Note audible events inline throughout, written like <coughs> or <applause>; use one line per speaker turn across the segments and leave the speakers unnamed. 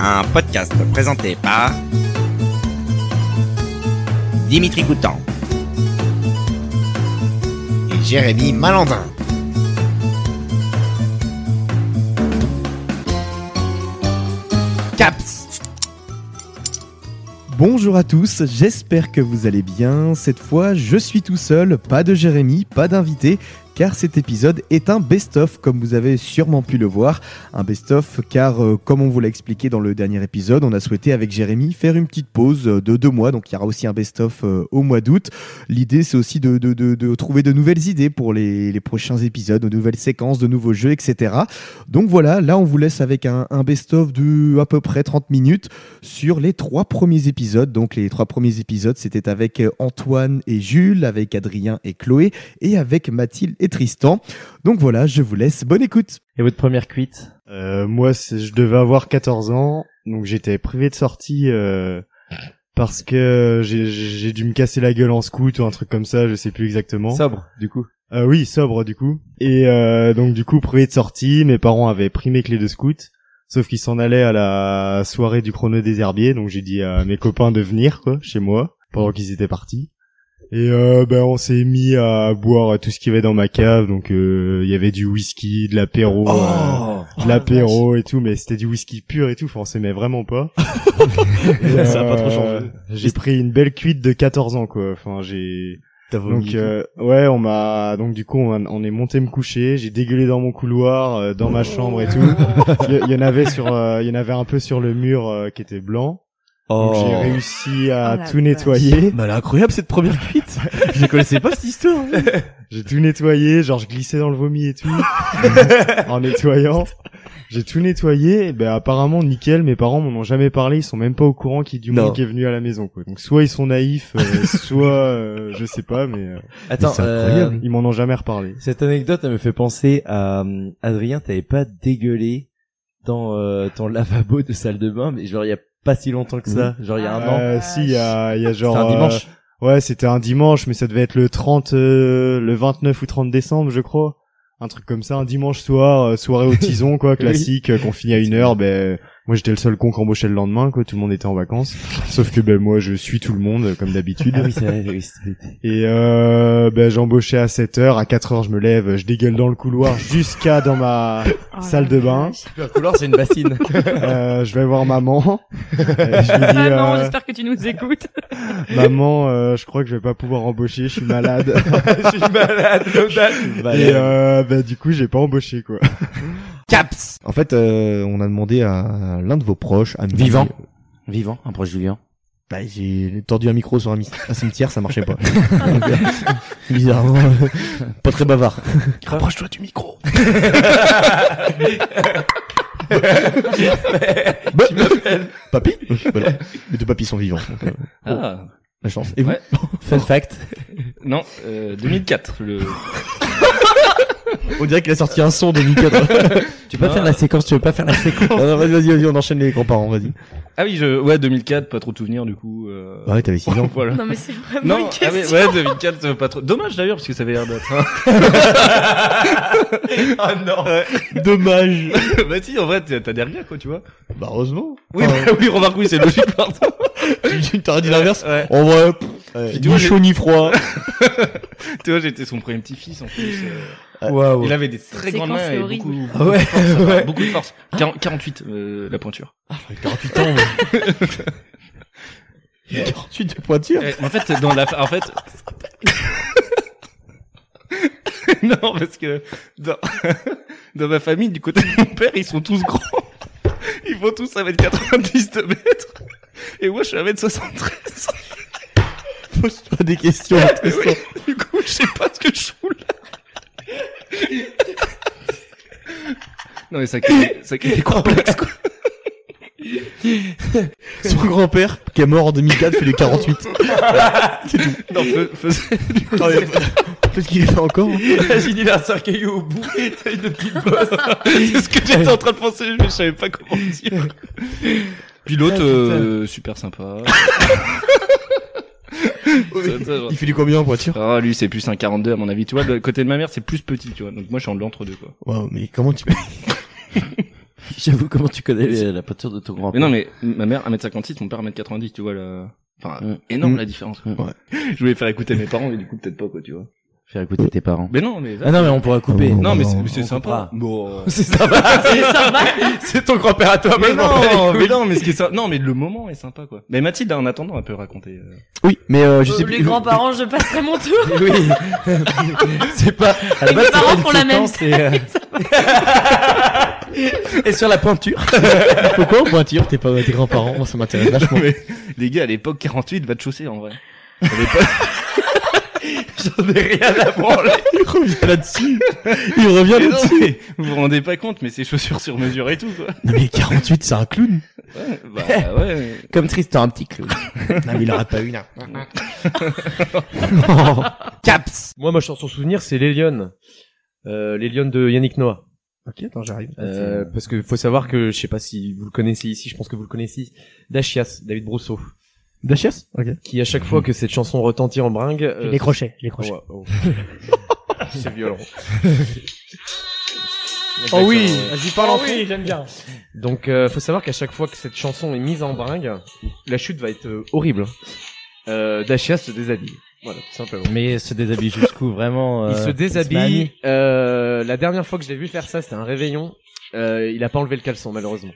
un podcast présenté par Dimitri Coutan
et Jérémy Malandin.
Caps.
Bonjour à tous, j'espère que vous allez bien. Cette fois, je suis tout seul, pas de Jérémy, pas d'invité, car cet épisode est un best-of, comme vous avez sûrement pu le voir. Un best-of, car euh, comme on vous l'a expliqué dans le dernier épisode, on a souhaité avec Jérémy faire une petite pause euh, de deux mois, donc il y aura aussi un best-of euh, au mois d'août. L'idée, c'est aussi de, de- de- de trouver de nouvelles idées pour les, les prochains épisodes, de nouvelles séquences, de nouveaux jeux, etc. Donc voilà, là, on vous laisse avec un, un best-of de à peu près 30 minutes sur les trois premiers épisodes. Donc les trois premiers épisodes, c'était avec euh, Antoine et Jules, avec Adrien et Chloé, et avec Mathilde et Tristan. Donc voilà, je vous laisse. Bonne écoute.
Et votre première cuite
Euh, moi, c'est- je devais avoir 14 ans, donc j'étais privé de sortie euh, parce que j'ai- j'ai dû me casser la gueule en scout ou un truc comme ça, je sais plus exactement.
Sobre, du coup.
Euh, oui, sobre du coup. Et euh, donc du coup, privé de sortie, mes parents avaient pris mes clés de scout, sauf qu'ils s'en allaient à la soirée du chrono des herbiers, donc j'ai dit à mes copains de venir quoi, chez moi, pendant qu'ils étaient partis. Et euh, ben on s'est mis à boire tout ce qu'il y avait dans ma cave, donc euh, il y avait du whisky, de
Oh.
l'apéro. euh, de l'apéro et tout, mais c'était du whisky pur et tout, enfin, on s'aimait
<laughs>
vraiment pas. Et,
Ça a pas trop
euh,
changé.
J'ai pris une belle cuite de 14 ans, quoi. Enfin, j'ai...
T'as
Donc, euh, ouais, on m'a... Donc, du coup, on, m'a- on est monté me coucher, j'ai dégueulé dans mon couloir, euh, dans ma chambre et tout.
<laughs>
Il y, il y en avait sur... euh, Il y en avait un peu sur le mur euh, qui était blanc. Donc, j'ai réussi à
Oh la
tout nettoyer.
Oh. <laughs> Mais elle est incroyable cette première
<laughs>
cuite Je ne connaissais pas cette histoire
J'ai tout nettoyé, genre je glissais dans le vomi
<laughs>
et tout, en nettoyant. J'ai tout nettoyé, et ben apparemment nickel, mes parents m'en ont jamais parlé, ils sont même pas au courant qu'il y ait du
Non.
monde qui est venu à la maison quoi. Donc soit ils sont naïfs,
<laughs>
euh, soit euh, je sais pas mais euh,
Attends, euh,
ils m'en ont jamais reparlé.
cette anecdote elle me fait penser à euh, Adrien, t'avais pas dégueulé dans euh, ton lavabo de salle de bain, mais genre il y a pas si longtemps que ça, genre il y a un an.
Euh, si il y a il y a genre
C'était un dimanche.
euh, ouais, c'était un dimanche mais ça devait être le 30 euh, le 29 ou 30 décembre, je crois. Un truc comme ça, un dimanche soir, euh,
<laughs>
soirée au tison quoi, classique euh, qu'on finit à une heure, ben moi j'étais le seul con qu'embauchait le lendemain quoi, tout le monde était en vacances. Sauf que ben moi je suis tout le monde euh, comme d'habitude.
<laughs> Ah oui, c'est vrai, oui, c'était-
Et euh, ben j'embauchais à 7h, à 4h je me lève, je dégueule dans le couloir jusqu'à dans ma
Oh la
salle de bain.
vache.
Le couloir c'est une bassine.
Euh, je vais
<laughs>
voir maman. Euh, je lui dis
Maman,
euh,
Bah j'espère que tu nous écoutes.
maman, euh, je crois que je vais pas pouvoir embaucher, je suis malade.
Je suis malade, Bah,
Et euh, ben du coup, j'ai pas embauché quoi.
Caps.
En fait, euh, on a demandé à l'un de vos proches, à
Vivant. Vivant, un proche du vivant.
Bah, j'ai tordu un micro sur un, mi- un cimetière, ça marchait pas. Donc, euh, Bizarrement, euh, pas très bavard.
Rapproche-toi du
<laughs>
micro.
Papy Voilà. Les deux papys sont vivants. donc, euh,
Ah,
la chance. Et vous
Ouais.
Fun fact.
non, euh, 2004, le...
On dirait qu'il a sorti un son de Mika.
<laughs> Tu peux
Non.
faire la séquence, tu veux pas faire la séquence
Non, non, vas-y, vas-y, vas-y, on enchaîne les grands-parents, vas-y.
Ah oui, je... Ouais, 2004, pas trop de souvenirs, du coup... Euh...
Bah ouais, t'avais 6 ans.
<laughs> voilà.
Non, mais c'est vraiment
Non,
une
ah
question.
oui, ouais, 2004, euh, pas trop... Dommage d'ailleurs, parce que ça avait l'air d'être... hein. un- ah non
Dommage.
<laughs> Bah si, en vrai, t'as t'as des regrets, quoi, tu vois.
Bah, heureusement.
Oui, bah, <laughs> oui, remarque, oui, c'est logique, pardon.
Tu <laughs> t'aurais dit l'inverse.
Ouais.
En vrai, pff, euh,
Puis tu vois,
ni chaud ni <laughs> froid.
Tu vois, j'étais son premier petit-fils, en plus. euh,
Waouh.
Il avait des
Cette
très grandes
séquence
mains
est
et
horrible.
beaucoup, beaucoup
Ah ouais,
de force. enfin,
ouais.
Beaucoup de force. Quar- 48, euh, la pointure.
48 ans. mais- 48 de pointure.
Eh, en fait, dans la, en fait. <laughs> non, parce que dans, <laughs> dans ma famille, du côté de mon père, ils sont tous grands. Ils font tous 1m90 de mètres. Et moi, je suis <laughs> 1m73.
Pose-toi des questions. Tristan.
Du coup, je sais pas ce que je fous là. <laughs> Non, mais ça crée, ça crée des complexes, quoi.
Son grand-père, qui est mort en 2004, fait les 48.
Non, fais- fais-
Ah, mais- <laughs> Peut-être qu'il les fait encore. hein.
Imagine, il a un cercueil au bout et t'as une petite bosse. <laughs> C'est ce que j'étais en train de penser, mais je savais pas comment dire. Puis
Ah,
l'autre, euh, super <laughs> sympa. Ça, ça, genre.
Il fait du combien en voiture
Ah, lui, c'est plus un 42 à mon avis. Tu vois, le côté de ma mère, c'est plus petit, tu vois. Donc moi, je suis en l'entre-deux, quoi.
Waouh, mais comment tu peux
<laughs> J'avoue comment tu connais les- la peinture de ton grand
Mais non, mais ma mère, 1m56, mon père, 1m90, tu vois, le... Enfin,
Mm.
énorme
Mm.
la différence.
Mm.
<laughs> Je voulais faire écouter mes parents, mais du coup, peut-être pas, quoi, tu vois.
Faire écouter tes parents.
Mais non, mais...
Ah non, mais on pourra couper.
Oh,
non, mais c'est-
on-
mais c'est
on
sympa.
comprend.
Bon.
<laughs>
C'est
<laughs>
sympa. C'est sympa. C'est ton grand-père à toi. moi,
Mais
je m'en bats les
non,
couilles.
mais non, mais ce qui est sy- non, mais le moment est sympa, quoi. Mais Mathilde, en attendant, elle peut raconter. euh.
Oui, mais euh, je sais
Euh,
plus.
les grands-parents, je passerai mon tour.
<laughs>
Oui. c'est pas. À la
Mes
base, c'est
parents
pas une
font la même
séquence, c'est, euh, Et sur la peinture.
<laughs>
Pourquoi au pointure t'es pas tes grands-parents Moi ça m'intéresse vachement.
Mais les gars, à l'époque 48, va te chausser, en vrai. À l'époque- <laughs> J'en ai rien à branler.
là-dessus. Il revient
Mais non,
là-dessus.
mais Vous vous rendez pas compte, mais c'est chaussures sur mesure et tout, quoi.
Non mais 48 c'est un clown.
Ouais, bah ouais. mais-
Comme Tristan, un petit clou.
Non, mais il en rate pas une. hein.
Caps
Moi ma chanson souvenir c'est Les Lionnes. Euh, les Lionnes de Yannick Noah.
Ok, attends, j'arrive.
Ah,
Euh, parce que faut savoir que je sais pas si vous le connaissez ici, je pense que vous le connaissez. Dachias, David Brousseau,
Dachias Ok.
qui à chaque fois que cette chanson retentit en bringue, euh,
Les crochets, les crochets.
Ouais,
<laughs>
oh. c'est violent.
j'y
Oh
Oh parle
Oh
en oui, j'aime bien.
Donc, euh, faut savoir qu'à chaque fois que cette chanson est mise en bringue, la chute va être euh, horrible. Euh, Dacia se déshabille. Voilà, tout simplement.
Mais se déshabille jusqu'où vraiment
il se déshabille. Euh, la dernière fois que je l'ai vu faire ça, c'était un réveillon. Euh, il a pas enlevé le caleçon, malheureusement.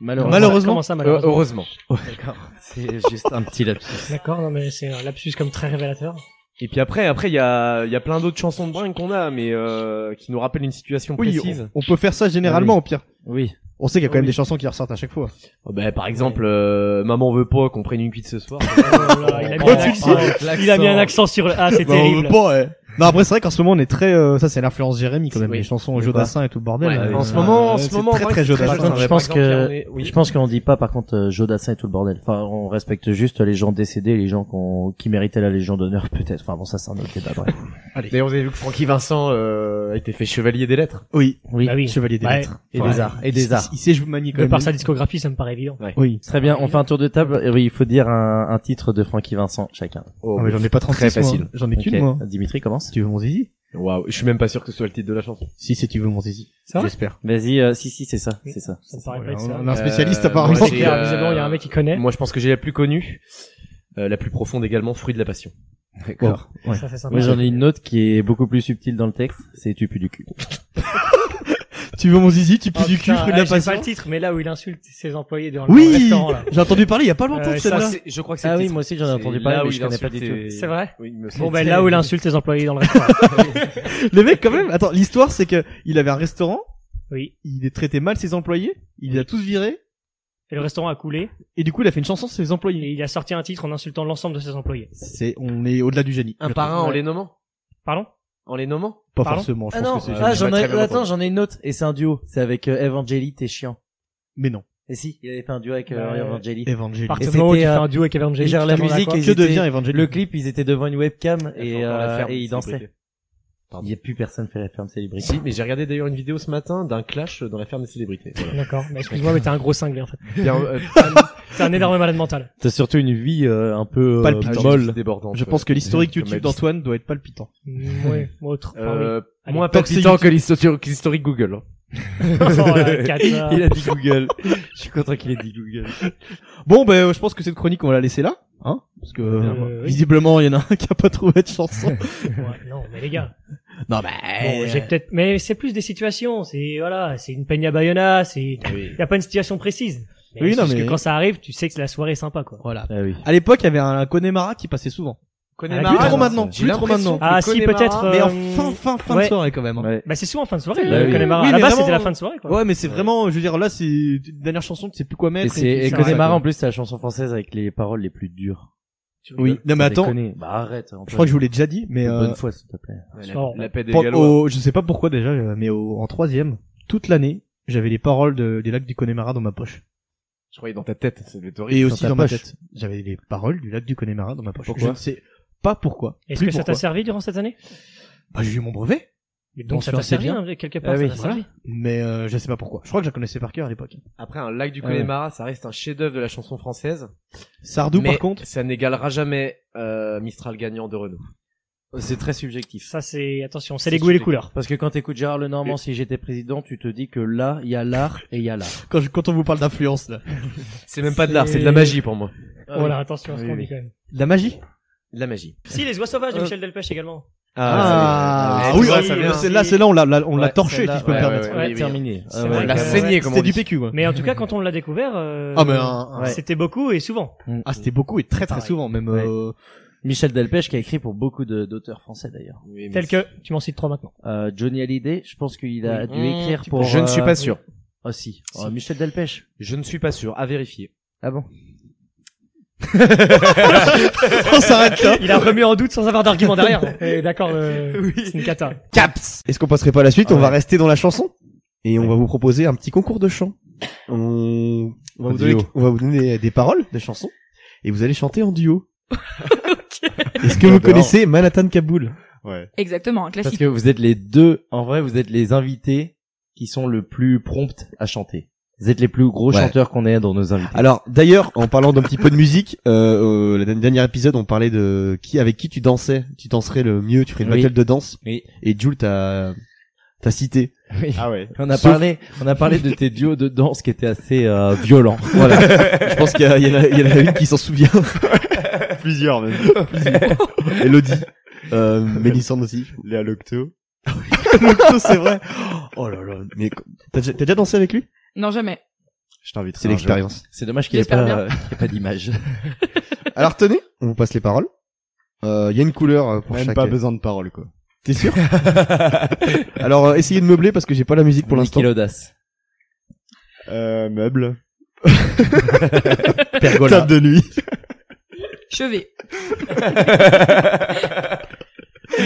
Malheureusement.
Malheureusement. Comment ça,
Euh,
malheureusement
heureusement.
C'est juste un petit lapsus.
D'accord, non mais c'est un lapsus comme très révélateur.
Et puis après, après, il y a, il y a plein d'autres chansons de bringue qu'on a, mais euh, qui nous rappellent une situation
Oui,
précise.
on, on peut faire ça généralement, au pire.
Oui.
On sait qu'il y a quand
Oui.
même des chansons qui ressortent à chaque fois.
Oh, bah, par exemple, euh, maman veut pas qu'on prenne une cuite ce <laughs> soir.
Oh là là, il, a mis un accent, il a mis un accent sur le Ah, c'est
Bah, on
terrible.
veut pas, ouais. Non, après, c'est vrai qu'en ce moment, on est très, euh, ça, c'est l'influence Jérémy, quand même,
Oui.
les chansons au
Je
jeu
sais pas.
d'assin et tout le bordel.
Ouais,
Euh,
en ce moment, en
c'est
ce moment,
très,
en vrai,
très hein.
c'est
Jodassin.
très
Par contre,
Jodassin.
je pense
Par exemple,
que-
là, on est- oui.
Je pense qu'on dit pas par contre euh, Jodassin et tout le bordel. Enfin, on respecte juste les gens décédés, les gens qu'on- qui méritaient la Légion d'honneur peut-être. Enfin bon, ça c'est un autre débat. Bref.
D'ailleurs, vous avez vu que Francky Vincent euh, a été fait chevalier des lettres.
Oui.
Oui.
Bah oui.
Chevalier des
Ouais.
lettres.
Et des arts. Et des
Il-
arts.
Il sait jouer manier quand
De
même.
par sa discographie, ça me paraît évident.
Oui.
Très bien. On fait un tour de table. Et oui, il faut dire un, un titre de Francky Vincent chacun.
Oh,
Ah, mais J'en ai pas 36,
Très facile.
moi. J'en ai qu'une,
Ok.
moi.
Dimitri commence.
Tu veux mon zizi?
Waouh, je suis même pas sûr que ce soit le titre de la chanson.
Si, si tu veux mon zizi.
Ça va
J'espère.
Vas-y. euh, si si, c'est ça.
Oui.
C'est ça.
Ça me paraît pas
Voilà,
être Ah, ça.
on a un spécialiste
Euh,
apparemment.
moi,
C'est
j'ai,
clair,
euh,
visiblement, il y a un mec qui
<laughs>
connaît.
Moi, je pense que j'ai la plus connue, euh, la plus profonde également, fruit de la passion.
D'accord. Ouais.
Ça, c'est sympa.
Moi j'en ai une autre qui est beaucoup plus subtile dans le texte. C'est tu pues du cul.
Tu veux mon zizi, tu
Oh,
pues du cul,
putain,
fruit de la
eh, j'ai pas
passion.
le titre, mais là où il insulte ses employés dans le
Oui!
restaurant, là.
J'ai entendu parler il y a pas
Euh,
longtemps de
ça,
celle-là.
c'est-
Je crois que
Ah oui, moi bah, aussi j'en ai entendu parler, mais je connais pas du tout.
C'est vrai?
Oui, il me
Bon,
semble.
ben, là où il insulte ses employés dans le restaurant.
Le mec quand même, attends, l'histoire c'est que il avait un restaurant,
Oui.
il est traité mal ses employés, il les a tous virés
Et le restaurant a coulé,
et du coup il a fait une chanson sur ses
et
employés.
il a sorti un titre en insultant l'ensemble de ses employés.
C'est on est au-delà du génie.
Un par un, en les nommant.
Pardon?
En les nommant.
Pas
Pardon
forcément, je
Ah
pense
non,
que c'est
ah,
j'ai
j'en
pas
ai,
très bien
attends,
entendu.
j'en ai une autre, et c'est un duo, c'est avec euh, Evangeli, t'es chiant.
Mais non,
Et si, il avait fait un duo avec euh,
Bah,
Euh,
Evangeli.
Evangeli.
Partir
Et
du moment où tu
c'était,
fais
euh,
un duo avec
Et
Evangelique.
genre la musique,
Que
ils étaient-
devient Evangeli
le clip, ils étaient devant une webcam
Faut
et,
encore la
euh,
ferme,
et ils
c'est
dansaient.
compliqué.
Il y a plus personne fait la ferme célébrité.
Si, mais j'ai regardé d'ailleurs une vidéo ce matin d'un clash dans la ferme des célébrités. Voilà.
D'accord. Mais excuse-moi, mais t'es un gros cinglé, en fait.
<laughs> Bien, euh,
T'es un énorme malade mental.
T'as surtout une vie
euh,
un peu
Palpitante.
Ah,
molle. Débordante.
Je pense que l'historique
Comme
YouTube
elle-
d'Antoine doit être palpitant.
Mm, Ouais. Moi, autre. Enfin,
Euh,
Allez,
moins
tant que c'est
palpitant que l'histori- que l'historique Google.
oui. <laughs> Oh, la
<laughs>
cata.
Il a dit <laughs> Google. Je suis content qu'il ait dit Google.
Bon ben euh, je pense que cette chronique on va la laisser là, hein Parce que euh,
oui.
visiblement il y en a un <laughs> qui a pas trouvé de
<laughs>
chanson.
Ouais, Non, mais les gars.
non bah
Euh.
Bon, j'ai peut-être, mais c'est plus des situations. C'est, voilà, c'est une peña bayona, c'est,
ah
y a pas une situation précise. Mais
Oui,
c'est
non,
juste
mais-
que quand ça arrive, tu sais que la soirée est sympa, quoi.
voilà.
Ah oui.
À l'époque, il y avait un Connemara qui passait souvent.
Connemara,
plus trop
non,
maintenant, plus trop maintenant.
Ah, si, peut-être, euh,
Mais en
euh,
fin fin fin de
ouais.
soirée quand même. hein.
Ouais.
Bah, c'est souvent en fin de soirée,
Bah
le
oui.
Connemara.
Oui,
à la
mais
base,
vraiment-
c'était la fin de soirée, quoi.
Ouais, mais c'est vraiment, je veux dire, là, c'est une dernière chanson, tu sais plus quoi
Et
mettre.
c'est, et
tout ça.
Connemara, en plus, c'est la chanson française avec les paroles les plus dures.
Oui. Non, mais
Sans
attends.
déconner. Bah arrête.
Je crois que je vous l'ai déjà dit, mais euh,
Bonne fois, s'il te plaît.
Ouais,
Genre,
la, la paix des
pen-
Gallois.
au, je sais pas pourquoi déjà, euh, mais au, en troisième, toute l'année, j'avais les paroles de- des lacs du Connemara dans ma poche.
Je croyais dans ta tête, ça devait être horrible.
Et
dans
aussi
ta
dans ma
poche.
tête. J'avais les paroles du lac du Connemara dans ma poche.
Pourquoi
je ne sais pas pourquoi.
Est-ce
plus
que ça t'a
pourquoi.
servi durant cette année?
Bah, j'ai eu mon brevet,
Et donc,
On
ça
se
t'a
lançait
servi,
bien.
hein, quelque part,
Ah
ça
oui,
t'a
voilà.
servi.
mais euh, je sais pas pourquoi. Je crois que je la connaissais par cœur à l'époque.
Après, un lac du
Ah ouais.
Connemara, ça reste un chef-d'œuvre de la chanson française.
Sardou,
mais
par contre,
ça n'égalera jamais euh, Mistral gagnant de Renault.
C'est très subjectif.
Ça, c'est, attention, c'est les goûts et les couleurs.
Parce que quand t'écoutes Gérard Lenormand, si j'étais président, tu te dis que là, il y a l'art et il y a l'art.
Quand, je- quand on vous parle d'influence, là.
C'est même pas de l'art, c'est de la magie pour moi.
Voilà, attention à ce
Oui,
qu'on Euh,
oui.
dit quand même.
De la magie
De la magie.
Si, les oies sauvages de Michel Delpech également.
Ah,
oui,
oui,
oui,
ah,
ça
oui,
vient.
celle-là, celle-là, on l'a, la- on l'a
Ouais,
torché, si
celle-là,
je peux me
ouais,
permettre.
ouais,
Ouais,
oui,
terminé.
C'est
Ah
vrai
ouais,
que-
La
Ouais.
saignée, comme on
C'était du hein.
dit.
PQ, ouais.
Mais en tout cas, quand on l'a découvert, euh,
Ah, mais un- un-
c'était beaucoup et souvent.
ah, c'était beaucoup et très très
Pareil.
souvent, même.
Ouais.
euh,
Michel Delpech qui a écrit pour beaucoup de- d'auteurs français d'ailleurs.
Tel que, tu m'en cites trois maintenant.
Euh, Johnny Hallyday, je pense qu'il a dû
Mmh,
écrire pour. euh,
Je ne suis pas sûr.
Aussi. Oh, Michel Delpech.
Je ne suis pas sûr. À vérifier.
Ah
<laughs>
bon.
On s'arrête là.
Il a remis en doute sans avoir d'argument derrière. Eh, D'accord, euh, c'est une cata.
Est-ce qu'on passerait pas à la suite
Ah
On va
ouais.
rester dans la chanson et on va vous proposer un petit concours de chant. On, on va, vous donner, on va vous donner des paroles de
<laughs>
chansons et vous allez chanter
<laughs>
en duo. Est-ce que vous
J'adore.
connaissez Manhattan Kaboul
Ouais.
Exactement, un
Parce
classique.
que vous êtes les deux. En vrai, vous êtes les invités qui sont le plus promptes à chanter. Vous êtes les plus gros
Ouais.
chanteurs qu'on ait dans nos invités.
Ah,
Alors d'ailleurs, en parlant d'un petit peu de musique, euh, euh, le dernier épisode, on parlait de qui avec qui tu dansais, tu danserais le mieux, tu ferais une
Oui.
battle de danse.
Oui.
Et Jules t'as t'as cité.
Ah ouais.
On a
Sauf-
parlé, on a parlé de tes duos de danse qui étaient assez euh,
<laughs>
violents. Voilà.
Je pense qu'il y, a- il y en a- il y en a une qui s'en souvient.
<laughs> Plusieurs
<laughs>
même.
Elodie, euh, Mélissande
<laughs>
aussi.
Léa Locteau.
Locteau, c'est vrai. Oh là là. Mais t'as déjà, t'as déjà dansé avec lui
Non, jamais.
Je t'invite.
C'est l'expérience.
C'est dommage qu'il n'y ait
J'espère
pas,
bien.
euh, qu'il y ait pas d'image.
Alors tenez, on vous passe les paroles. Euh, Il y a une couleur euh, pour
Même
chaque.
pas besoin de paroles quoi.
T'es
<laughs>
sûr Alors euh, essayez de meubler parce que j'ai pas la musique pour l'instant.
Nicky l'audace.
Euh, meuble.
Pergola.
Table de nuit.
Chevet.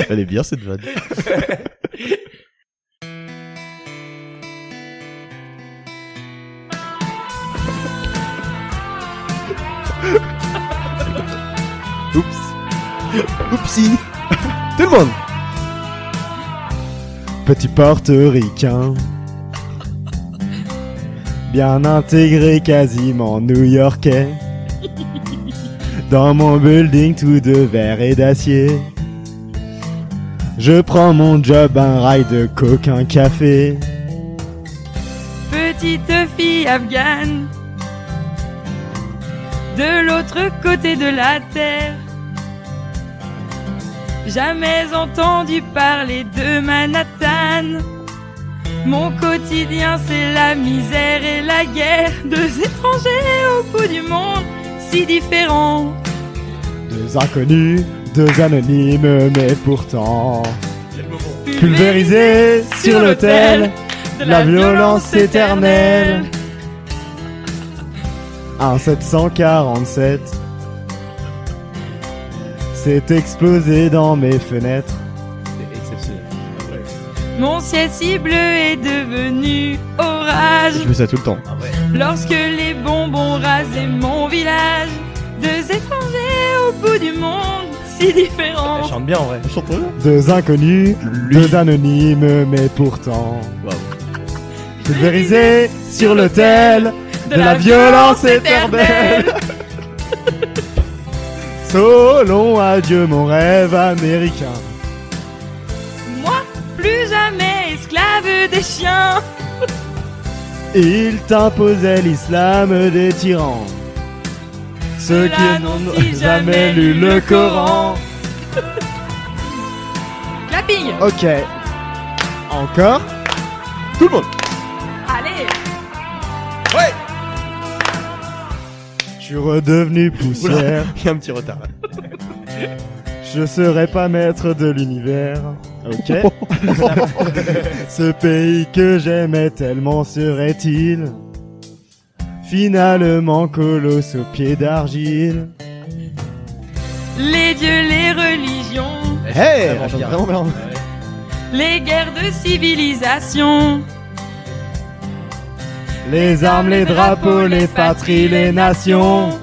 Elle est bien cette <laughs> vanne. Oups. Oupsie. Tout le monde.
Petit portoricain. Bien intégré quasiment new-yorkais. Dans mon building tout de verre et d'acier. Je prends mon job, un rail de coquin café.
Petite fille afghane. De l'autre côté de la terre. Jamais entendu parler de Manhattan. Mon quotidien, c'est la misère et la guerre. Deux étrangers au bout du monde, si différents.
Deux inconnus, deux anonymes, mais pourtant pulvérisés sur l'autel.
de
la violence éternelle. Un 747 s'est explosé dans mes fenêtres.
Mon ciel si bleu est devenu orage
Je fais ça tout le temps.
lorsque les bombes ont rasé mon village. Deux étrangers au bout du monde, si différents.
chante bien en vrai.
Deux inconnus, deux anonymes, mais pourtant pulvérisés sur l'autel de la violence éternelle. Solon, adieu mon rêve américain.
Moi, plus jamais esclave des chiens.
Il t'imposait l'islam des tyrans. Ceux
Ceux-là
qui n'ont
n'ont-ils
jamais lu le Coran.
Clapping.
Ok. Encore. Tout le monde.
Allez,
Je suis redevenu poussière.
Il y a un petit retard.
Je serai pas maître de l'univers. Ok. <laughs> Ce pays que j'aimais tellement serait-il finalement colosse aux pieds d'argile
les dieux, les religions,
Hey, elle chante vraiment bien.
les guerres de civilisation.
Les armes, les drapeaux, les patries, les nations.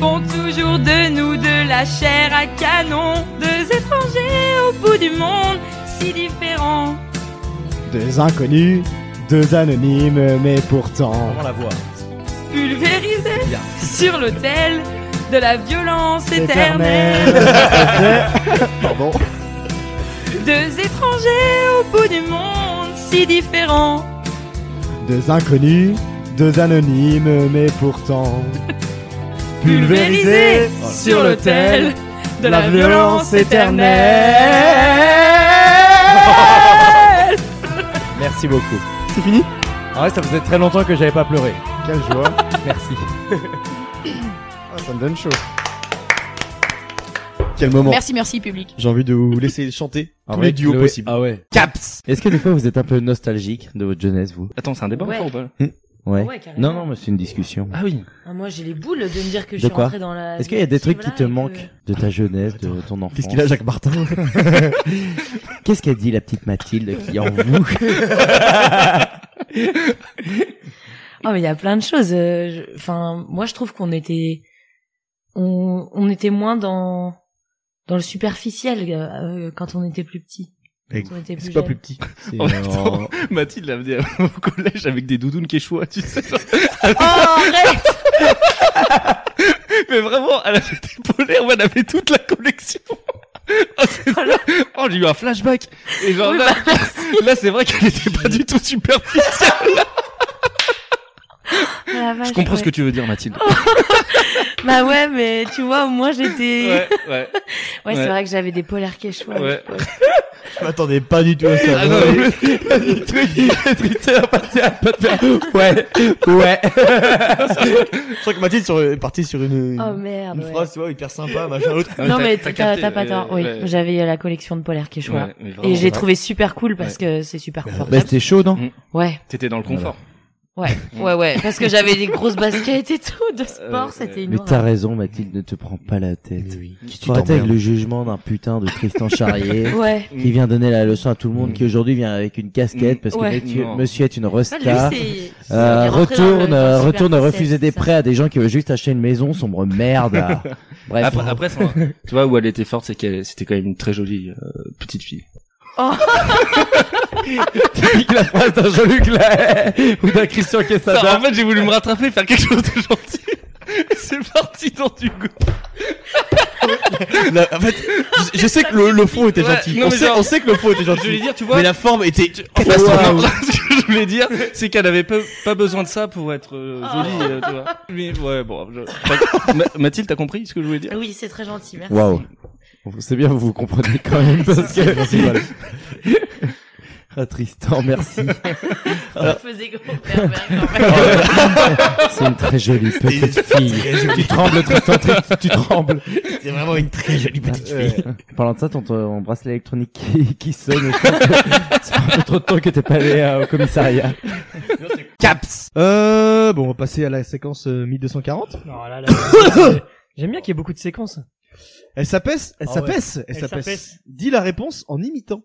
Font toujours de nous de la chair à canon. Deux étrangers au bout du monde, si différents.
Deux inconnus,
<laughs>
deux anonymes, mais pourtant
Comment la voix
Pulvérisés sur l'autel
de la violence
Éternelle.
éternelle.
Pardon.
Deux étrangers au bout du monde, si différents.
Deux inconnus, deux anonymes, mais
<laughs>
pourtant
pulvérisés sur l'autel de la violence éternelle. <laughs>
Merci beaucoup. C'est fini Ah ouais, ça faisait très longtemps que j'avais pas pleuré.
Quelle
<laughs>
joie.
Merci.
ça me donne chaud.
Quel moment.
Merci, merci, public.
J'ai envie de vous laisser chanter
Ah
tous
ouais,
les duos
Chloé-
possibles.
Ah ouais.
Caps
Est-ce que des fois vous êtes un peu nostalgique de votre jeunesse, vous
Attends, c'est un débat
Ouais.
encore ou pas
Ouais.
Ouais, carrément.
non, non, mais c'est une discussion.
Ah oui.
Ah, moi, j'ai les boules de me dire
De
que je suis
quoi
rentré dans la.
Est-ce qu'il y a des trucs qui
voilà,
te
et que-
manquent de ta jeunesse, de ton enfance
Qu'est-ce qu'il a, Jacques Martin
Qu'est-ce qu'a dit la petite Mathilde qui est en vous
Oh, mais il y a plein de choses. euh, je- Enfin, moi, je trouve qu'on était, on, on était moins dans dans le superficiel euh, quand on était plus petit.
Mais
Quand on était
C'est
plus
pas
jeune.
plus petit. C'est
En
euh,
même temps, Mathilde l'a amené <laughs> au collège avec des doudounes quechua, tu sais. <laughs>
Oh,
Ah,
arrête
Mais vraiment, elle avait des polaires où elle avait toute la collection. <laughs> Oh, c'est- oh, j'ai eu un flashback. Et genre,
Oui, bah,
là, là, c'est vrai qu'elle était pas du tout super
Ah, la vache,
Je comprends
ouais.
ce
Oh,
que tu veux dire, Mathilde.
Bah ouais, mais tu vois, au moins j'étais. Ouais,
Ouais, ouais.
c'est
Ouais.
vrai que j'avais des polaires quechua.
Ouais.
Je m'attendais pas du tout à ça.
Ah non, mais- le truc, il est triste, elle a passé à pas de faire. Ouais, ouais.
Je crois que Mathilde sur- est partie sur une, une-
Oh merde.
une
ouais.
Ah,
phrase, tu vois, hyper sympa,
<laughs>
machin, l'autre.
Non mais t'as
T'as- t'as capté,
t'as pas
euh,
tort. Oui,
ouais.
j'avais euh, la collection de polaires quechua.
Ouais, mais vraiment,
Et je l'ai
ouais.
trouvé super cool parce que c'est super
Bah,
confortable.
c'était chaud, non
Ouais,
T'étais dans le confort.
ouais, ouais, ouais. <laughs> Parce que j'avais des grosses baskets et tout de sport,
ouais.
c'était une
Mais t'as
horreur.
raison, Mathilde, ne te prends pas la tête.
Qui
Tu t'arrêtes avec le jugement d'un putain de Tristan
<laughs>
Charrier
Ouais.
qui vient donner la leçon à tout le monde, qui aujourd'hui vient avec une casquette parce que
Mm. Ouais.
monsieur,
Non.
monsieur est une
Ça, lui,
resta.
c'est- c'est- il est
Euh,
rentré dans le-
retourne,
dans le
euh,
super
retourne
concept,
refuser des
ça.
prêts à des gens qui veulent juste acheter une maison, sombre
<laughs>
merde. Bref.
Après, après ça, Bah, <laughs> tu vois, où elle était forte, c'est qu'elle, c'était quand même une très jolie euh, petite fille.
<laughs> la phrase d'un Jean-Luc Lahaye ou d'un Christian
Ça, en
Quesada.
fait, j'ai voulu me rattraper, faire quelque chose de gentil. <laughs> Et C'est parti dans du goût.
Là, en fait, je, je sais que le, le fond était
Ouais,
gentil.
non,
on,
mais
sait,
genre-
on sait que le fond était
Je voulais
gentil.
dire, tu vois.
Mais
<laughs>
la forme était
en fait,
catastrophique.
<laughs> ce que je voulais dire, c'est qu'elle avait pas, pas besoin de ça pour être euh, jolie, euh, tu vois. Mais ouais, bon. je- Ma- Mathilde, t'as compris ce que je voulais dire
Oui, c'est très gentil, merci.
Waouh. C'est bien, vous vous comprenez quand même parce que. Ah, Tristan, merci.
Ça faisait gros pervers quand même.
C'est une très jolie petite fille. Tu trembles, Tristan, tri- tu trembles.
C'est vraiment une très jolie petite fille.
Euh, En parlant de ça, ton, ton bracelet électronique qui, qui sonne. je pense que Ça fait un peu trop de temps que t'es pas allé euh, au commissariat.
Caps
Euh, bon, on va passer à la séquence euh, 1240.
Non, Oh là, là, J'aime bien qu'il y ait <coughs> beaucoup de séquences.
Elle s'apaisse, elle
Ah
s'apaisse, elle
Elle
s'apaisse.
s'apaisse.
Dis la réponse en imitant.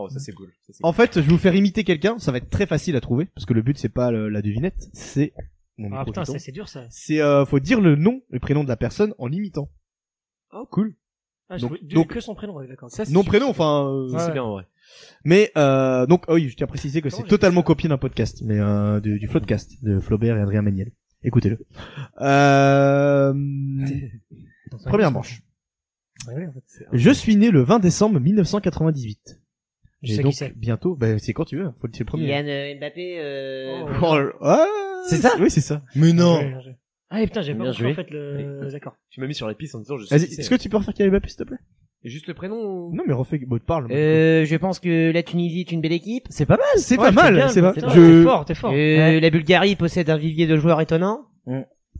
Oh, ça c'est cool.
En fait, je vais vous faire imiter quelqu'un, ça va être très facile à trouver, parce que le but c'est pas le- la devinette, c'est... Mon
Ah
micro
putain,
qui
ça
tombe.
c'est dur ça.
C'est, euh, faut dire le nom, le prénom de la personne en imitant.
Oh, cool.
Ah, je
Donc-
voulais-
donc-
que son prénom, ouais, d'accord.
Ça, c'est
Nom,
sûr,
prénom,
c'est
enfin... euh,
Ouais.
C'est bien en vrai.
Mais, euh, donc, oh oui, je tiens à préciser que
Comment
c'est
j'ai
totalement
fait ça
copié d'un podcast, mais euh, du, du Floodcast, de Flaubert et Adrien Méniel. Écoutez-le. Euh, première manche.
Ouais, ouais, en fait, c'est-
Je suis né le 20 décembre 1998.
Je
Et
sais
donc,
qui
Euh,
c'est.
bientôt, bah, c'est quand tu veux, faut le c'est le premier.
euh,
Mbappé,
Oh, ah,
C'est ça
Oui, c'est ça.
Mais
Ouais, ouais, ouais. Ah et putain, j'ai pas
Bien
compris
joué.
en fait le. D'accord.
Tu m'as mis sur la piste en disant je sais
Vas-y,
qui
est-ce
c'est.
que tu peux refaire Kylian Mbappé, s'il te plaît
Et Juste le prénom ou...
Non, mais refais mot de parle.
Euh, je pense que la Tunisie est une belle équipe.
C'est pas mal, Ah, c'est
Ouais,
pas mal,
bien,
c'est pas.
putain, T'es
Je
fort, t'es fort.
Euh, La Bulgarie possède un vivier de joueurs étonnants.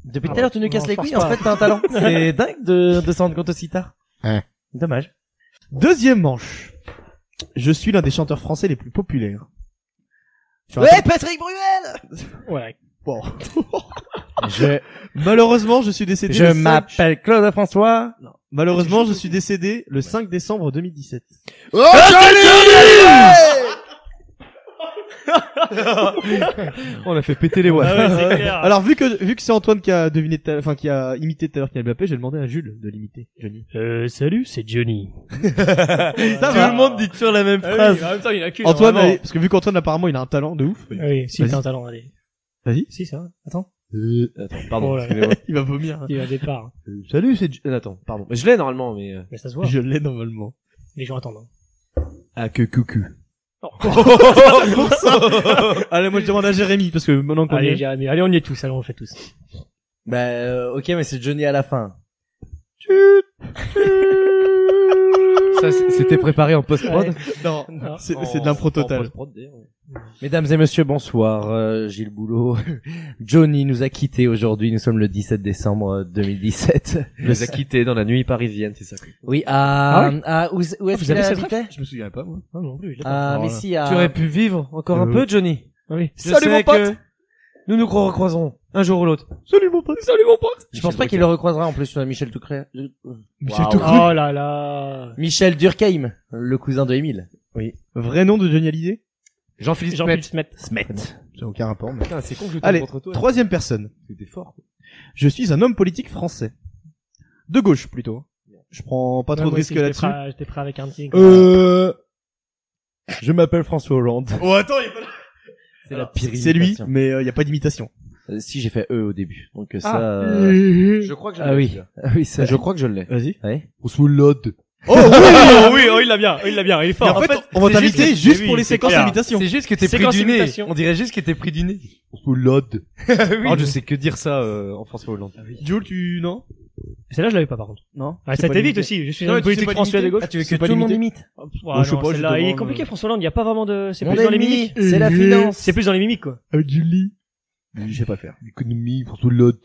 Depuis
tout à l'heure, tu nous casses les couilles, en fait,
t'as un talent. C'est dingue de, de s'en rendre compte aussi tard.
Ouais.
Dommage.
deuxième manche. Je suis l'un des chanteurs français les plus populaires. Je suis un
Ouais, Patrick Bruel.
Ouais.
bon.
Je,
Malheureusement, je suis décédé.
je
le cinq-
m'appelle Claude François.
Malheureusement, je suis décédé le 5 décembre 2017.
Oh,
Ah,
<laughs> On a fait péter les
Ah ouais,
<laughs>
c'est clair.
Alors vu que vu que c'est Antoine qui a deviné, tout à- enfin qui a imité tout à l'heure Kylian Mbappé, j'ai demandé à Jules de l'imiter. Johnny.
Euh, salut, c'est Johnny.
Ça
Tout
va.
le monde dit toujours la
Ah
même phrase.
Ah en même temps, il a qu'une.
Antoine, allez, parce que vu qu'Antoine apparemment il a un talent de ouf.
Ah Oui, si
Vas-y.
t'as un talent, allez.
Vas-y.
Si ça. va. Attends.
Euh, Attends, pardon,
Oh là là.
excusez-moi.
<laughs>
Il va
hein.
vomir.
Il y a un départ. hein.
Euh, salut, c'est... J- euh, Attends, pardon. Je l'ai normalement, mais... euh,
Mais ça se voit.
Je l'ai normalement.
Les gens attendent. hein.
Ah, que coucou. <laughs>
Pour
Oh. ça.
<laughs> Allez, moi je demande à Jérémy parce que maintenant qu'on
Allez,
est-
Jérémy, allez, on y est tous, allez, on le fait tous.
Bah, euh, ok, mais c'est Johnny à la fin.
Ça, c- c'était préparé en post-prod
Ouais.
Non,
c'est-
en-
c'est de l'impro
Oh, en
totale.
post-prod, d'ailleurs.
Mesdames et messieurs, bonsoir. Euh, Gilles Boulot. <laughs> Johnny nous a quittés aujourd'hui. Nous sommes le 17 décembre euh, 2017.
Il nous a quittés dans la nuit parisienne, c'est ça.
Oui, à,
Ah ouais
à- où, où est-ce
Ah, vous
qu'il
avez cette
habitait
ref Je me souviens pas, moi. Non, non plus, je l'ai
Ah,
pas.
mais
Voilà.
si, à...
Tu aurais pu vivre encore un peu, Johnny.
Ah oui.
Je
Salut
sais
mon pote
que Nous nous recroiserons un jour ou l'autre.
Salut mon pote Salut mon pote Je pense
Michel
pas qu'il
Drucker.
le recroisera en plus, euh, Michel Toucré. Le-
Michel
Waouh.
Toucré.
Oh là là.
Michel Durkheim, le cousin de Émile. Oui.
Vrai nom de Johnny Hallyday
Jean-Philippe
Jean-Philippe Smet.
Smet.
J'ai aucun rapport. Mais...
Putain, c'est con que je tombe
Allez,
contre toi.
troisième personne.
C'était fort.
Je suis un homme politique français. De gauche, plutôt. Je prends pas
Ouais,
trop de
moi aussi,
risques
j'étais
là-dessus.
prêt à- J'étais prêt avec un tigre.
Euh... Je m'appelle François Hollande.
Oh, attends, il est pas là.
C'est la pire
C'est lui,
imitation.
mais il n'y a pas d'imitation.
Euh, si j'ai fait E au début, donc euh,
Ah.
ça. euh,
Je crois que je
ah
l'ai,
oui,
celui-là.
ah oui, ça.
Je crois que je l'ai.
Vas-y.
Ouais.
On se l'ode.
Oh <laughs> oui, oh, oui, oh, il l'a bien, oh, il l'a bien, il est fort.
Mais en fait, on va
c'est
t'inviter
que-
juste
mais
pour les
c'est
séquences
clair.
imitations.
C'est juste que t'es pris
Séquence
du nez.
imitation.
On dirait juste que t'es pris du nez.
On se <laughs> l'ode.
Oh, je sais que dire ça euh, en François Hollande.
Jules, tu... Non
Celle-là, je l'avais pas par contre.
Non
Ah,
C'est
ça
pas
t'évite
limité.
aussi, je suis
Non,
un
mais tu sais
politique
pas
français de
limiter.
gauche.
Ah, tu veux
C'est
que
pas
tout le monde
limité.
imite
Ah,
Bon, je sais
non,
pas, je
celle-là, Il est
demande,
compliqué
euh,
François Hollande, il y a pas vraiment de... C'est
On
plus dans les
est
mimiques.
mis, <laughs> c'est la finance.
C'est plus dans les mimiques
<laughs>
quoi.
Avec Julie. Je sais pas faire. Économie, François Hollande.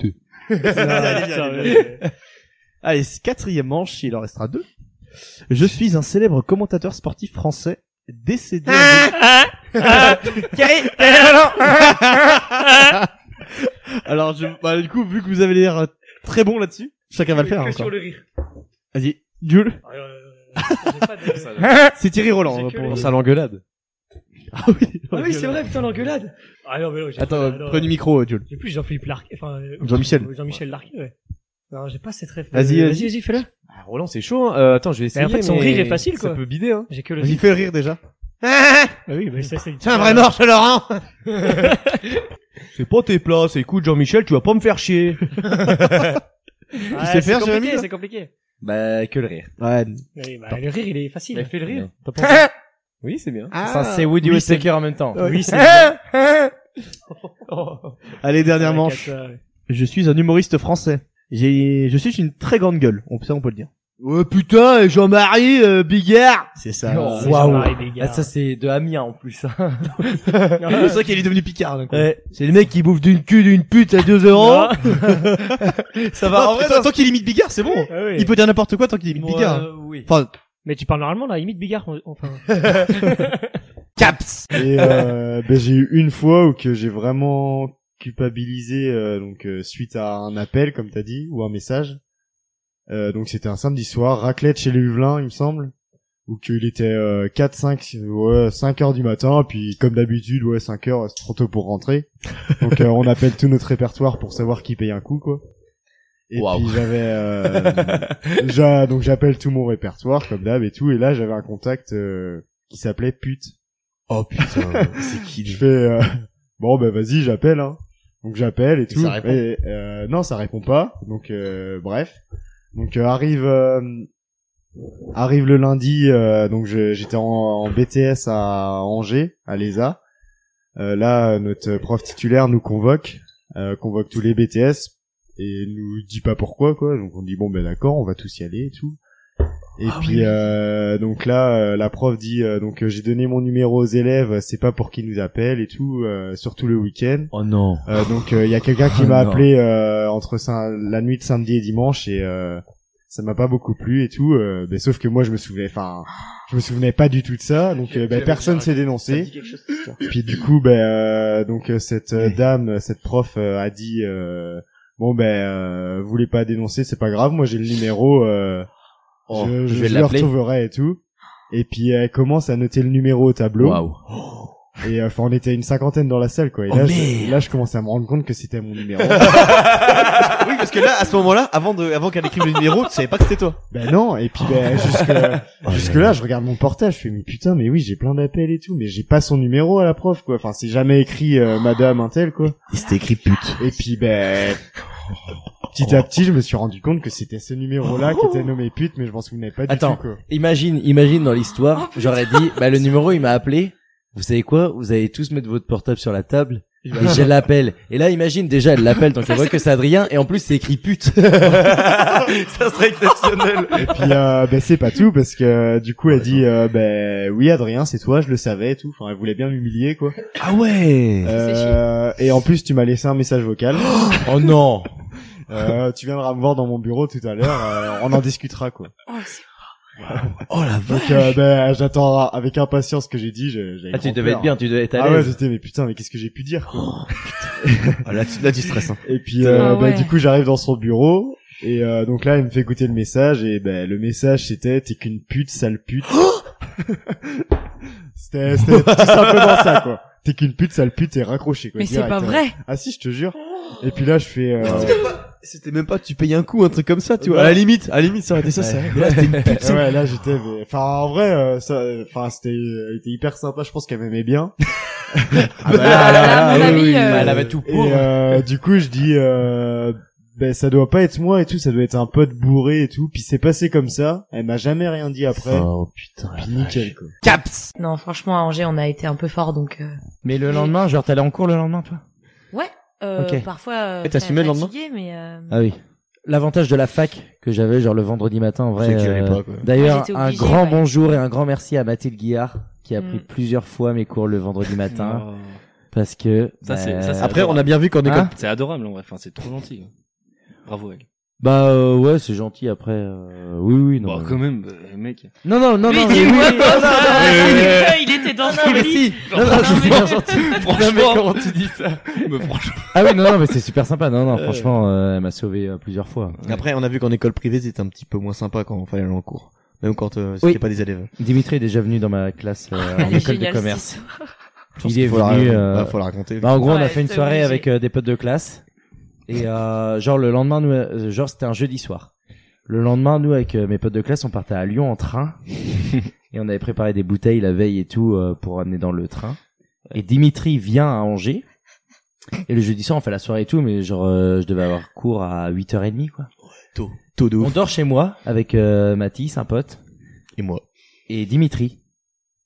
Ah,
Allez, c'est quatrième manche, il en restera deux. Je suis un célèbre commentateur sportif français décédé.
Ah,
<laughs> Alors, je, bah, du coup, vu que vous avez l'air euh, très bon là-dessus, chacun va le faire.
Que
encore.
sur le rire.
Vas-y, Jules.
Ah, euh, j'ai pas de-
<laughs> C'est Thierry
J'ai
Roland. hein,
que
pour-
les-
Pense à l'engueulade.
Ah oui.
Ah oui, c'est vrai, putain, l'engueulade. Ah non, mais non, j'ai
Attends,
pas-
euh,
non,
prenez le micro, euh, Jules.
J'ai plus Jean-Philippe Larquet, enfin. euh,
Jean-Michel.
Jean-Michel Larquet, ouais. Non, j'ai pas cette ref.
Vas-y,
Euh,
vas-y.
vas-y, vas-y, fais-le.
Ah, Roland, c'est chaud. hein. Euh, attends, je vais essayer.
Mais en fait, son
mais
rire est facile, quoi.
Ça peut bider, hein.
J'ai que le.
Vas-y, fais rire déjà.
Ah oui, mais ça, c'est.
C'est Eh, un vrai mort, je Laurent. C'est pas tes plats, c'est écoute, Jean-Michel, tu vas pas me faire chier.
Tu
sais faire, Jérémy,
compliqué,
là
C'est compliqué.
Bah que le rire.
Ouais.
Oui, bah, le rire, il est facile.
fait le rire. Oui, c'est bien.
Enfin, Ah, c'est Woody Woodpecker en même temps.
Oui, <laughs> c'est.
Allez, dernière
Ouais,
manche.
quatre, ouais.
Je suis un humoriste français. J'ai, je suis une très grande gueule. On, ça, on peut le dire. Oh putain, Jean-Marie Bigard. C'est ça.
Oh,
C'est
waouh.
Jean-Marie Bigard.
Ah, ça c'est de Amiens
<laughs>
en plus.
<laughs>
C'est ça qu'il est devenu Picard. d'un coup.
c'est le mec qui bouffe d'une cul d'une pute à 2 <laughs>
Non.
Ça
va, Bah, en
en vrai, tant qu'il imite Bigard, c'est bon.
Ah oui.
Il peut dire n'importe quoi tant qu'il imite Bigard.
euh,
oui.
Enfin,
Mais tu parles normalement, là, imite Bigard, on- enfin.
caps.
Et euh, ben, j'ai eu une fois où que j'ai vraiment culpabilisé euh, donc euh, suite à un appel comme t'as dit ou un message. Euh, donc c'était un samedi soir, raclette chez les Huvelins, il me semble, où qu'il était euh, 4 5 ouais, 5 heures du matin, puis comme d'habitude, ouais, 5 heures, c'est trop tôt pour rentrer. Donc euh, on appelle tout notre répertoire pour savoir qui paye un coup quoi. Et
Waouh.
puis j'avais euh,
<laughs>
j'a- donc j'appelle tout mon répertoire comme d'hab et tout et là j'avais un contact euh, qui s'appelait pute.
Oh putain, c'est qui
Je fais euh, bon bah vas-y j'appelle hein. Donc j'appelle et tout.
ça répond
Et, euh, non ça répond pas. Donc euh, bref. Donc euh, arrive euh, arrive le lundi. euh, donc je- j'étais en, en BTS à Angers à l'ESA. Euh, là notre prof titulaire nous convoque, euh, convoque tous les BTS et nous dit pas pourquoi quoi. Donc on dit bon ben d'accord on va tous y aller et tout. Et
Ah
puis euh, donc là, euh, la prof dit euh, donc euh, j'ai donné mon numéro aux élèves, c'est pas pour qu'ils nous appellent et tout, euh, surtout le week-end.
Oh non.
Euh, donc il y a quelqu'un qui
Oh
m'a
non.
appelé euh, entre sa- la nuit de samedi et dimanche et euh, ça m'a pas beaucoup plu et tout. euh, mais sauf que moi je me souvenais, enfin je me souvenais pas du tout de ça, donc euh, bah, personne s'est dénoncé. Puis du coup, ben euh, donc euh, cette euh, dame, euh, cette prof euh, a dit euh, bon ben euh, vous voulez pas dénoncer, c'est pas grave, moi j'ai le numéro, euh,
Oh, je
je, je,
vais
je le
l'appeler.
retrouverai et tout. Et puis elle commence à noter le numéro au tableau.
Waouh.
Et euh, enfin, on était une cinquantaine dans la salle, quoi. Et
Oh,
là, je,
merde. <laughs>
là, je commençais à me rendre compte que c'était mon numéro.
parce que là, à ce moment-là, avant de, avant qu'elle écrive le numéro, tu savais pas que c'était toi.
Bah non, et puis bah,
Oh.
jusque, jusque là, je regarde mon portage, je fais mais putain, mais oui, j'ai plein d'appels et tout, mais j'ai pas son numéro à la prof quoi. Enfin, c'est jamais écrit
Oh.
euh, Madame Intel quoi.
Il s'était écrit pute.
Et puis ben petit à
Oh.
petit, je me suis rendu compte que c'était ce numéro là qui était nommé pute, mais je m'en souvenais pas du
Attends,
tout quoi.
imagine, imagine dans <laughs> l'histoire, j'aurais dit, bah le numéro il m'a appelé. Vous savez quoi Vous allez tous mettre votre portable sur la table et
Il va-
je l'appelle. Et là, imagine déjà, elle l'appelle, donc elle voit que c'est Adrien, et en plus c'est écrit pute.
Ça serait exceptionnel.
Et puis euh, ben c'est pas tout parce que euh, du coup elle dit euh, ben oui Adrien c'est toi je le savais et tout enfin elle voulait bien m'humilier quoi Euh,
ah ouais
et en plus tu m'as laissé un message vocal
<gasps> oh non
euh, tu viendras me voir dans mon bureau tout à l'heure euh, on en discutera quoi
oh la
donc euh, ben j'attends avec impatience ce que j'ai dit je- j'avais
Ah, tu
grand
devais
peur.
être bien, tu devais être à
ah ouais
l'aise.
j'étais mais putain mais qu'est-ce que j'ai pu dire quoi
Ah, là, tu- là, tu stresses, hein.
et puis
Ah
euh, ben,
ouais.
du coup j'arrive dans son bureau et euh, donc là elle me fait goûter le message et ben le message c'était t'es qu'une pute sale pute
Oh
<laughs> C'était, c'était tout simplement ça, quoi. T'es qu'une pute, sale pute, et raccroché, quoi.
Mais c'est
direct,
pas
hein.
vrai.
Ah si, je te jure. Et puis là, je fais, euh,
C'était même pas, tu payes un coup, un truc comme ça, tu vois.
Ouais.
À la limite, à la limite, ça aurait été ça, ça. Mais là, <laughs> c'était une pute.
ouais, là, j'étais, mais- enfin, en vrai, euh, ça, euh, enfin, c'était, elle était hyper sympa, je pense qu'elle m'aimait bien. ah
bah là, là, là, à mon oui, avis, oui, euh, bah, elle avait tout pour.
Et, euh, du coup, je dis, euh, ben, ça doit pas être moi et tout, ça doit être un pote bourré et tout. Puis c'est passé comme ça, elle m'a jamais rien dit après.
Oh putain.
Puis nickel, quoi.
Caps Non, franchement, à Angers, on a été un peu fort, donc... euh,
Mais le lendemain, genre, t'allais en cours le lendemain, toi
Ouais, euh,
Ok.
parfois... Euh,
Et t'assumais
très
le lendemain
fatigué, mais... euh,
Ah oui. L'avantage de la fac que j'avais genre le vendredi matin en vrai.
C'est que j'y allais
euh,
pas, quoi.
D'ailleurs,
Ah, j'étais
un
obligée,
grand
ouais.
bonjour et un grand merci à Mathilde Guillard qui a
Mm.
pris plusieurs fois mes cours le vendredi matin
Non.
parce que
Ça, c'est-
bah,
ça, c'est adorable.
Hein
C'est adorable, en vrai. Enfin, c'est trop gentil. Bravo, elle.
Bah euh, ouais, c'est gentil après. euh, Oui oui non.
Bah, quand même, euh, mec.
Non non non
Lui,
non.
dis-moi
<laughs>
mais oui,
pas
non,
ça.
non, non,
Euh,
mais-
il était dans
Non,
son
non, mais
lit.
si.
Genre,
Ah,
Non, non,
non,
c'est
mais-
bien gentil.
<laughs> Franchement.
Non, mais comment tu dis ça
<laughs> Mais franchement.
Ah oui non non mais c'est super sympa non non
Euh.
franchement euh, elle m'a sauvé euh, plusieurs fois.
Après, on a vu qu'en école privée, c'était un petit peu moins sympa quand on fallait aller en cours. Même quand euh, c'était
Oui.
pas des élèves.
Dimitri est déjà venu dans ma classe
<laughs>
euh, en
Elle est
école de
géniale,
commerce.
cette histoire. Je pense
Il est
qu'il faut la
venu.
raconter.
euh,
Ouais, faut la raconter.
bah, en gros, on
Ouais,
a fait une
t'es
soirée
obligé.
avec euh, des potes de classe et euh, genre le lendemain, nous, euh, genre c'était un jeudi soir. Le lendemain, nous avec euh, mes potes de classe, on partait à Lyon en train et on avait préparé des bouteilles la veille et tout euh, pour amener dans le train. Et Dimitri vient à Angers. Et le jeudi soir, on fait la soirée et tout, mais genre, euh, je devais avoir cours à 8h30, quoi.
tôt. Tôt de
On dort chez moi, avec euh, Mathis, un pote.
Et moi.
Et Dimitri.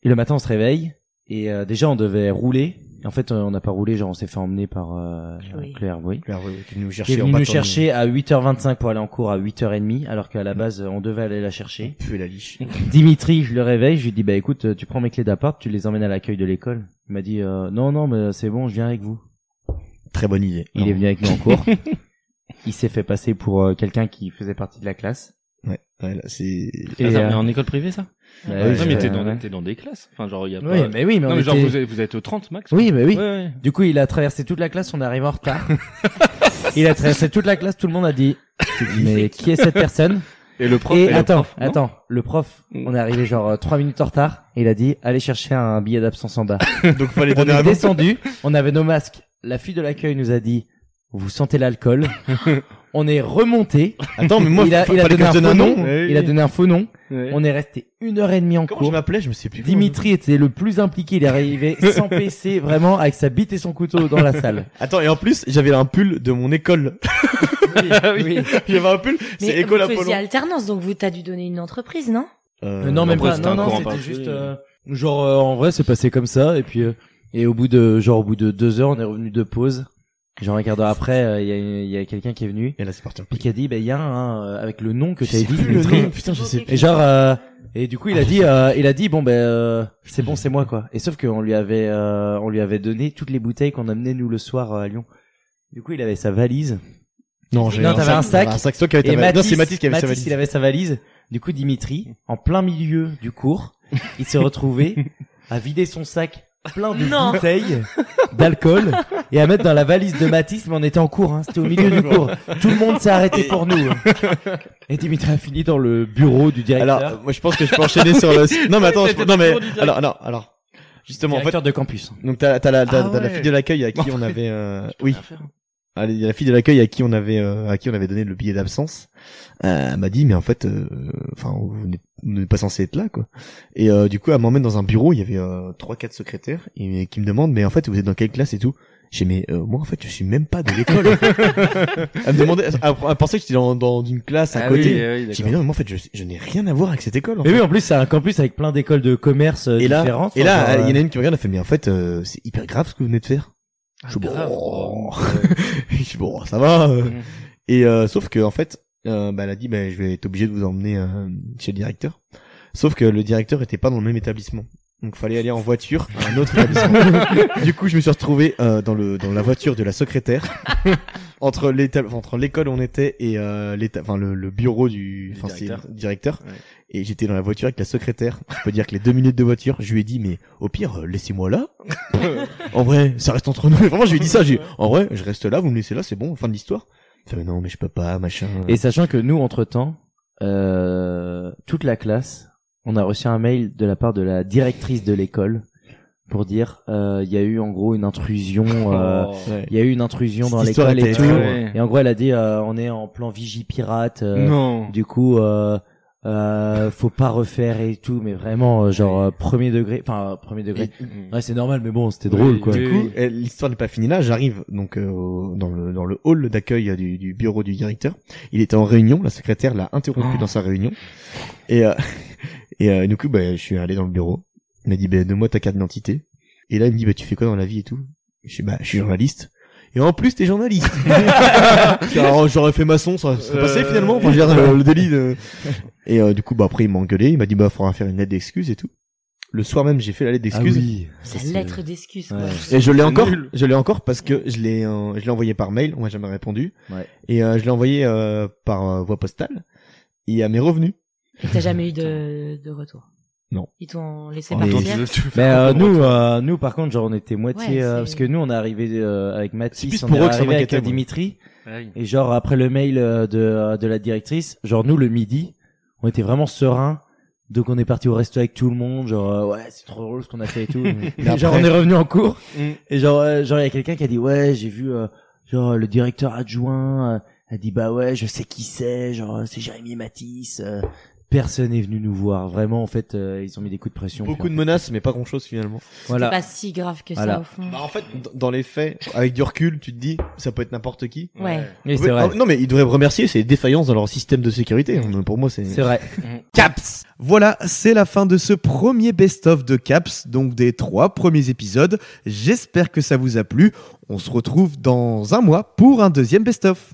Et le matin, on se réveille. Et euh, déjà, on devait rouler. En fait, euh, on n'a pas roulé, genre, on s'est fait emmener par euh,
Chloé.
Claire, oui.
Claire, oui, qui est venue nous
Qui
chercher
est
en
venue nous
bâton de-
chercher à 8h25 pour aller en cours à 8h30, alors qu'à la base, euh, on devait aller la chercher.
<laughs>
Puer la liche.
Dimitri, je le réveille, je lui dis bah écoute, euh, tu prends mes clés d'appart, tu les emmènes à l'accueil de l'école. Il m'a dit euh, non non mais c'est bon, je viens avec vous.
Très bonne idée.
Il est venu avec nous en
<laughs>
cours. Il s'est fait passer pour euh, quelqu'un qui faisait partie de la classe.
Ouais, ouais, là,
<laughs>
c'est.
Attends, mais en école privée, ça
Bah
Ouais,
oui,
mais
je-
t'es
euh,
dans,
ouais.
t'es dans des classes. Enfin, genre, il y a
Oui,
pas...
mais oui, mais
non,
on
mais genre,
était-
vous êtes, vous êtes au 30 max.
Oui, mais oui.
Ouais, ouais.
Du coup, il a traversé toute la classe, on est arrivé en retard. il a traversé toute la classe, tout le monde a dit mais qui est cette personne
Et le prof- et le
attends,
prof, non
attends, le prof, on est arrivé genre euh, trois minutes en retard et il a dit allez chercher un billet d'absence en bas.
Donc fallait
on
donner un
est
nom.
descendu, on avait nos masques. La fille de l'accueil nous a dit vous sentez l'alcool. on est remonté.
Attends, mais moi,
il a,
fa-
il a
fallait
donné
que
un
je
faux
donne un
nom.
nom.
Eh
Il a donné un faux nom.
Ouais.
On est resté une heure et demie en cours.
je m'appelais Je me sais plus comment
Dimitri était le plus impliqué. Il est arrivé
<laughs>
sans PC, vraiment avec sa bite et son couteau dans la salle.
Attends, et en plus, j'avais un pull de mon
<laughs>
école. oui,
oui.
J'avais un pull,
Mais
c'est école
vous faisiez
Apollon.
alternance, donc vous t'as dû donner une entreprise, non
Euh, non, même
après,
pas.
c'était un
Non, non,
cours en
c'était
particulier.
juste euh, genre euh, en vrai, c'est passé comme ça. Et puis euh, et au bout de genre au bout de deux heures, on est revenu de pause. Genre un quart d'heure après, euh, il y a- il y a, quelqu'un qui est venu.
Et là, c'est parti.
Puis qui a dit, bah il y a un euh, avec le nom que t'avais dit,
plus le
Dimitri.
nom, putain, je sais plus.
Et genre euh, et du coup, il a dit, euh, il a dit, bon ben euh, c'est bon, c'est moi quoi. Et sauf qu'on lui avait euh, on lui avait donné toutes les bouteilles qu'on amenait nous le soir euh, à Lyon. Du coup, il avait sa valise.
Non, j'ai
non,
un
t'avais
sac.
un sac.
J'avais un sac. Toi qui avais ta
Et
valise. Non, c'est Mathis qui avait sa valise.
il avait sa valise. Du coup, Dimitri, en plein milieu du cours, il s'est retrouvé à vider son sac plein de
Non.
bouteilles d'alcool et à mettre dans la valise de Mathis, mais on était en cours, hein, c'était au milieu du cours. Tout le monde s'est arrêté pour nous. Et Dimitri a fini dans le bureau du directeur.
Alors, euh, moi, je pense que je peux enchaîner sur <laughs> le. Non, mais attends, je- non, mais alors, alors, alors. Justement, en fait,
Directeur de campus.
Donc t'as t'as la t'as
Ah
t'as la
ouais. <laughs>
fille de l'accueil à qui
En
on
fait,
avait euh, oui.
allez, il y a la fille de l'accueil à qui on avait euh, à qui on avait donné le billet d'absence euh, elle m'a dit mais en fait euh, enfin vous n'êtes- vous n'êtes pas censé être là quoi et euh, du coup elle m'emmène dans un bureau il y avait euh, trois quatre secrétaires et, qui me demandent mais en fait vous êtes dans quelle classe et tout j'ai mais euh, moi en fait je suis même pas de
<laughs>
l'école elle me demandait elle, elle pensait que j'étais dans, dans une classe à
Ah
côté
oui, ah oui,
j'ai
d'accord.
mais non mais moi en fait je, je n'ai rien à voir avec cette école en
Mais
fait.
oui, en plus, c'est un campus avec plein d'écoles de commerce euh,
et là
différentes.
et là
Enfin,
elle- il y en a
euh,
une qui me regarde elle fait mais en fait euh, c'est hyper grave ce que vous venez de faire
Ah,
je suis bon <laughs> je suis bon ça va euh.
Mm.
et euh, sauf que en fait euh, bah, elle a dit bah, je vais être obligé de vous emmener euh, chez le directeur sauf que le directeur était pas dans le même établissement donc fallait aller en voiture à un autre
<laughs>
établissement du coup je me suis retrouvé euh, dans le dans la voiture de la secrétaire entre l'éta- enfin, entre l'école où on était et euh, l'éta- enfin le, le bureau du enfin, c'est-
directeur.
directeur et j'étais dans la voiture avec la secrétaire je peux dire que les deux minutes de voiture je lui ai dit mais au pire euh, laissez-moi
<laughs>
là en vrai, ça reste entre nous. Vraiment, je lui ai dit ça. J'ai, dit, en vrai, je reste là, vous me laissez là, c'est bon, fin de l'histoire. Il fait, mais non, mais je peux pas, machin.
Et sachant que nous, entre temps, euh, toute la classe, on a reçu un mail de la part de la directrice de l'école pour dire euh, il y a eu en gros une intrusion euh,
Oh.
il y a eu une intrusion dans
Cette histoire
l'école et
était
tout
énorme.
et en gros elle a dit euh, on est en plan vigie pirate euh,
Non.
du coup euh, euh, faut pas refaire et tout mais vraiment euh, genre euh, premier degré enfin premier degré
Mm.
ouais c'est normal mais bon c'était drôle quoi
Du coup, elle- l'histoire n'est pas finie là. J'arrive donc euh, au- dans le dans le hall d'accueil euh, du, du bureau du directeur. Il était en réunion. La secrétaire l'a interrompu
Ah.
dans sa réunion. Et euh, <laughs> et euh, du coup, bah, je suis allé dans le bureau. Il m'a dit, bah, donne-moi ta carte d'identité. Et là, il me dit, bah, tu fais quoi dans la vie et tout. Je suis, bah, je suis journaliste. Et en plus, t'es <laughs> journaliste. Alors, J'aurais fait maçon, ça serait passé
Euh,
finalement. Enfin, je veux dire, euh, le délit. de- Et euh, du coup, bah après, il m'a engueulé. Il m'a dit, bah, faudra faire une lettre d'excuse et tout. Le soir même, j'ai fait la lettre d'excuse.
Ah oui. La lettre d'excuse, quoi.
Et je l'ai
C'est
encore.
nul.
Je l'ai encore parce que je l'ai, euh, je l'ai envoyé par mail. On m'a jamais répondu.
Ouais.
Et euh, je l'ai envoyé euh, par euh, voie postale. Et à mes revenus.
Et t'as jamais eu de, de retour
Non.
Ils t'ont laissé
Mais,
partir
mais, euh, nous, euh, nous par contre, genre on était moitié
Ouais,
euh,
c'est-
parce que nous on est arrivé euh, avec Mathis,
plus
on
pour
est
eux que ça
arrivé avec euh,
m'inquiétait, moi.
Dimitri,
Ah oui.
et genre après le mail euh, de euh, de la directrice, genre nous le midi, on était vraiment sereins. Donc on est parti au resto avec tout le monde, genre euh, ouais c'est trop drôle ce qu'on a fait
<laughs>
et tout.
Mais
Et genre on
après-
est revenu en cours
Mm.
et genre euh, genre il y a quelqu'un qui a dit ouais j'ai vu euh, genre le directeur adjoint euh, a dit bah ouais je sais qui c'est genre euh, c'est Jérémy Matisse. euh, personne est venu nous voir vraiment en fait euh, ils ont mis des coups de pression.
Beaucoup
Puis,
de
en fait,
menaces, mais pas grand chose finalement.
Voilà.
pas si grave que ça, au fond.
Bah, en fait, d- dans les faits, avec du recul, tu te dis, ça peut être n'importe qui.
Ouais.
Oui,
En
c'est
fait,
vrai.
ah, Non, mais ils devraient remercier ces défaillances dans leur système de sécurité. Hein, Pour moi, c'est.
C'est vrai.
Caps Voilà, c'est la fin de ce premier best-of de Caps, donc des trois premiers épisodes. J'espère que ça vous a plu. On se retrouve dans un mois pour un deuxième best-of.